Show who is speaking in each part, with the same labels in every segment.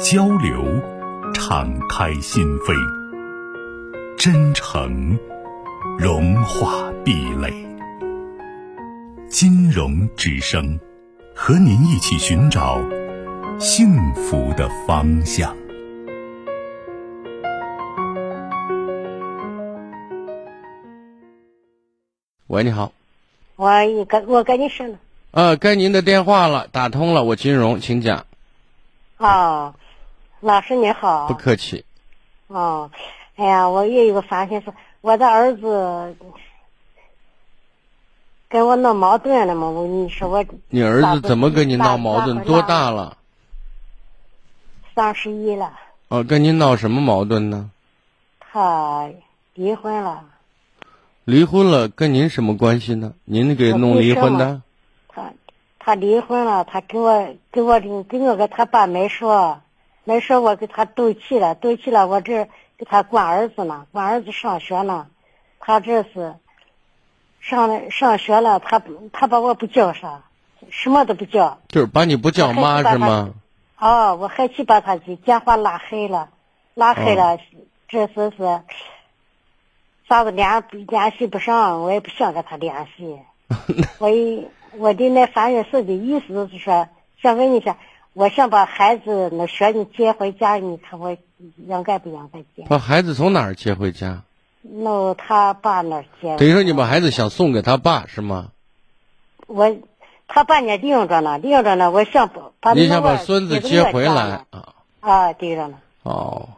Speaker 1: 交流，敞开心扉，真诚融化壁垒。金融之声，和您一起寻找幸福的方向。
Speaker 2: 喂，你好。
Speaker 3: 喂，你该我该你事了。
Speaker 2: 呃，该您的电话了，打通了，我金融，请讲。
Speaker 3: 哦，老师你好。
Speaker 2: 不客气。
Speaker 3: 哦，哎呀，我也有个烦心事，我的儿子跟我闹矛盾了嘛，我你说我
Speaker 2: 你儿子怎么跟你闹矛盾？多大了？
Speaker 3: 三十一了。
Speaker 2: 哦，跟您闹什么矛盾呢？
Speaker 3: 他离婚了。
Speaker 2: 离婚了，跟您什么关系呢？您给弄离婚的？
Speaker 3: 他。他离婚了，他跟我跟我跟我跟他爸没说，没说我跟他斗气了，斗气了，我这给他管儿子呢，管儿子上学呢，他这是上上学了，他他把我不叫啥，什么都不叫，
Speaker 2: 就是把你不叫妈是吗？
Speaker 3: 哦，我还去把他电话拉黑了，拉黑了，哦、这是是啥子联联系不上，我也不想跟他联 系，我一。我的那法院事的意思是说，想问一下，我想把孩子那学你接回家，你看我应该不应该接？
Speaker 2: 把孩子从哪儿接回家？
Speaker 3: 那他爸那儿接。
Speaker 2: 等于说你把孩子想送给他爸是吗？
Speaker 3: 我，他爸也领着呢，领着呢。我想把
Speaker 2: 你想把孙子接回来
Speaker 3: 啊？啊，对着呢。
Speaker 2: 哦，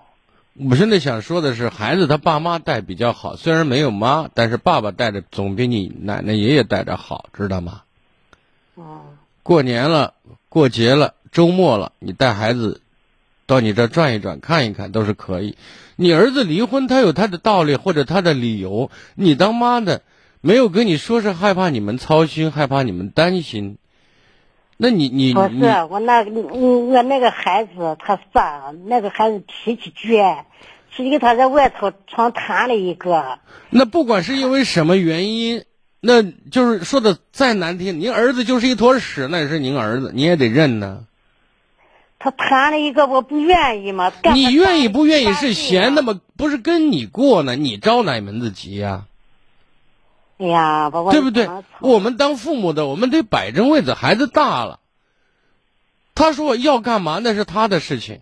Speaker 2: 我现在想说的是，孩子他爸妈带比较好，虽然没有妈，但是爸爸带着总比你奶奶爷爷带着好，知道吗？
Speaker 3: 嗯
Speaker 2: 过年了，过节了，周末了，你带孩子到你这转一转、看一看都是可以。你儿子离婚，他有他的道理或者他的理由。你当妈的没有跟你说，是害怕你们操心，害怕你们担心。那你你
Speaker 3: 不哦是啊我那嗯我那个孩子他傻，那个孩子脾气倔，脾气他在外头常谈了一个。
Speaker 2: 那不管是因为什么原因。那就是说的再难听，您儿子就是一坨屎，那也是您儿子，你也得认呢。
Speaker 3: 他谈了一个我不愿意嘛，
Speaker 2: 你愿意不愿意
Speaker 3: 啊
Speaker 2: 是嫌那么不是跟你过呢，你招哪门子急呀、
Speaker 3: 啊？哎呀，我
Speaker 2: 对不对？我们当父母的，我们得摆正位置。孩子大了，他说要干嘛那是他的事情，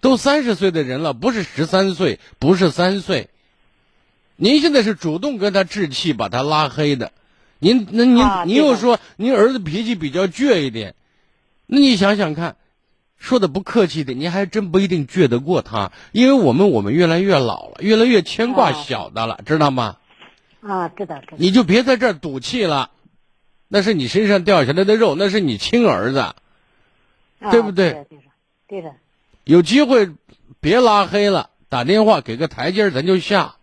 Speaker 2: 都三十岁的人了，不是十三岁，不是三岁。您现在是主动跟他置气，把他拉黑的，您那您、啊、您又说您儿子脾气比较倔一点，那你想想看，说的不客气点，您还真不一定倔得过他，因为我们我们越来越老了，越来越牵挂小的了，啊、知道吗？
Speaker 3: 啊，知道知道。
Speaker 2: 你就别在这儿赌气了，那是你身上掉下来的肉，那是你亲儿子，啊、对不
Speaker 3: 对？对的，对的。
Speaker 2: 有机会别拉黑了，打电话给个台阶，咱就下。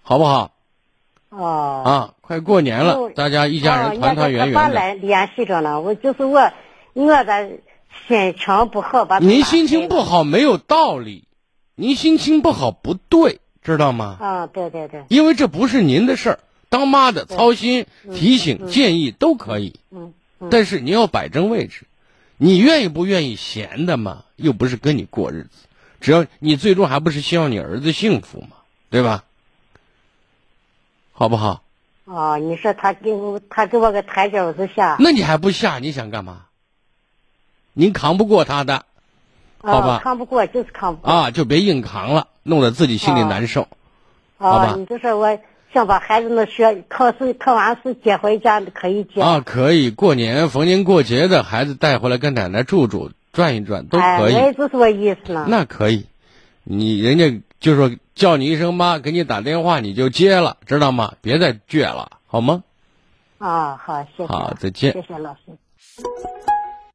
Speaker 2: 好不好？
Speaker 3: 哦
Speaker 2: 啊，快过年了，大家一家人团团圆圆的。
Speaker 3: 我来联系着呢，我就是我，我的心情不好吧？
Speaker 2: 您心情不好没有道理，您心情不好不对，知道吗？
Speaker 3: 啊，对对对。
Speaker 2: 因为这不是您的事儿，当妈的操心、提醒、建议都可以。
Speaker 3: 嗯。
Speaker 2: 但是你要摆正位置，你愿意不愿意？闲的嘛，又不是跟你过日子，只要你最终还不是希望你儿子幸福嘛，对吧？好不好？
Speaker 3: 哦，你说他给我，他给我个台阶，我就下。
Speaker 2: 那你还不下？你想干嘛？您扛不过他的，
Speaker 3: 哦、
Speaker 2: 好吧？
Speaker 3: 扛不过就是扛不过
Speaker 2: 啊，就别硬扛了，弄得自己心里难受，
Speaker 3: 哦、
Speaker 2: 好吧？
Speaker 3: 你就说我想把孩子们学考试考完试接回家，可以接
Speaker 2: 啊，可以。过年逢年过节的孩子带回来跟奶奶住住、转一转都可以。
Speaker 3: 哎，就是我意思呢。
Speaker 2: 那可以，你人家就说。叫你一声妈，给你打电话你就接了，知道吗？别再倔了，好吗？
Speaker 3: 啊，好，谢谢。
Speaker 2: 好，再见。
Speaker 3: 谢谢老师。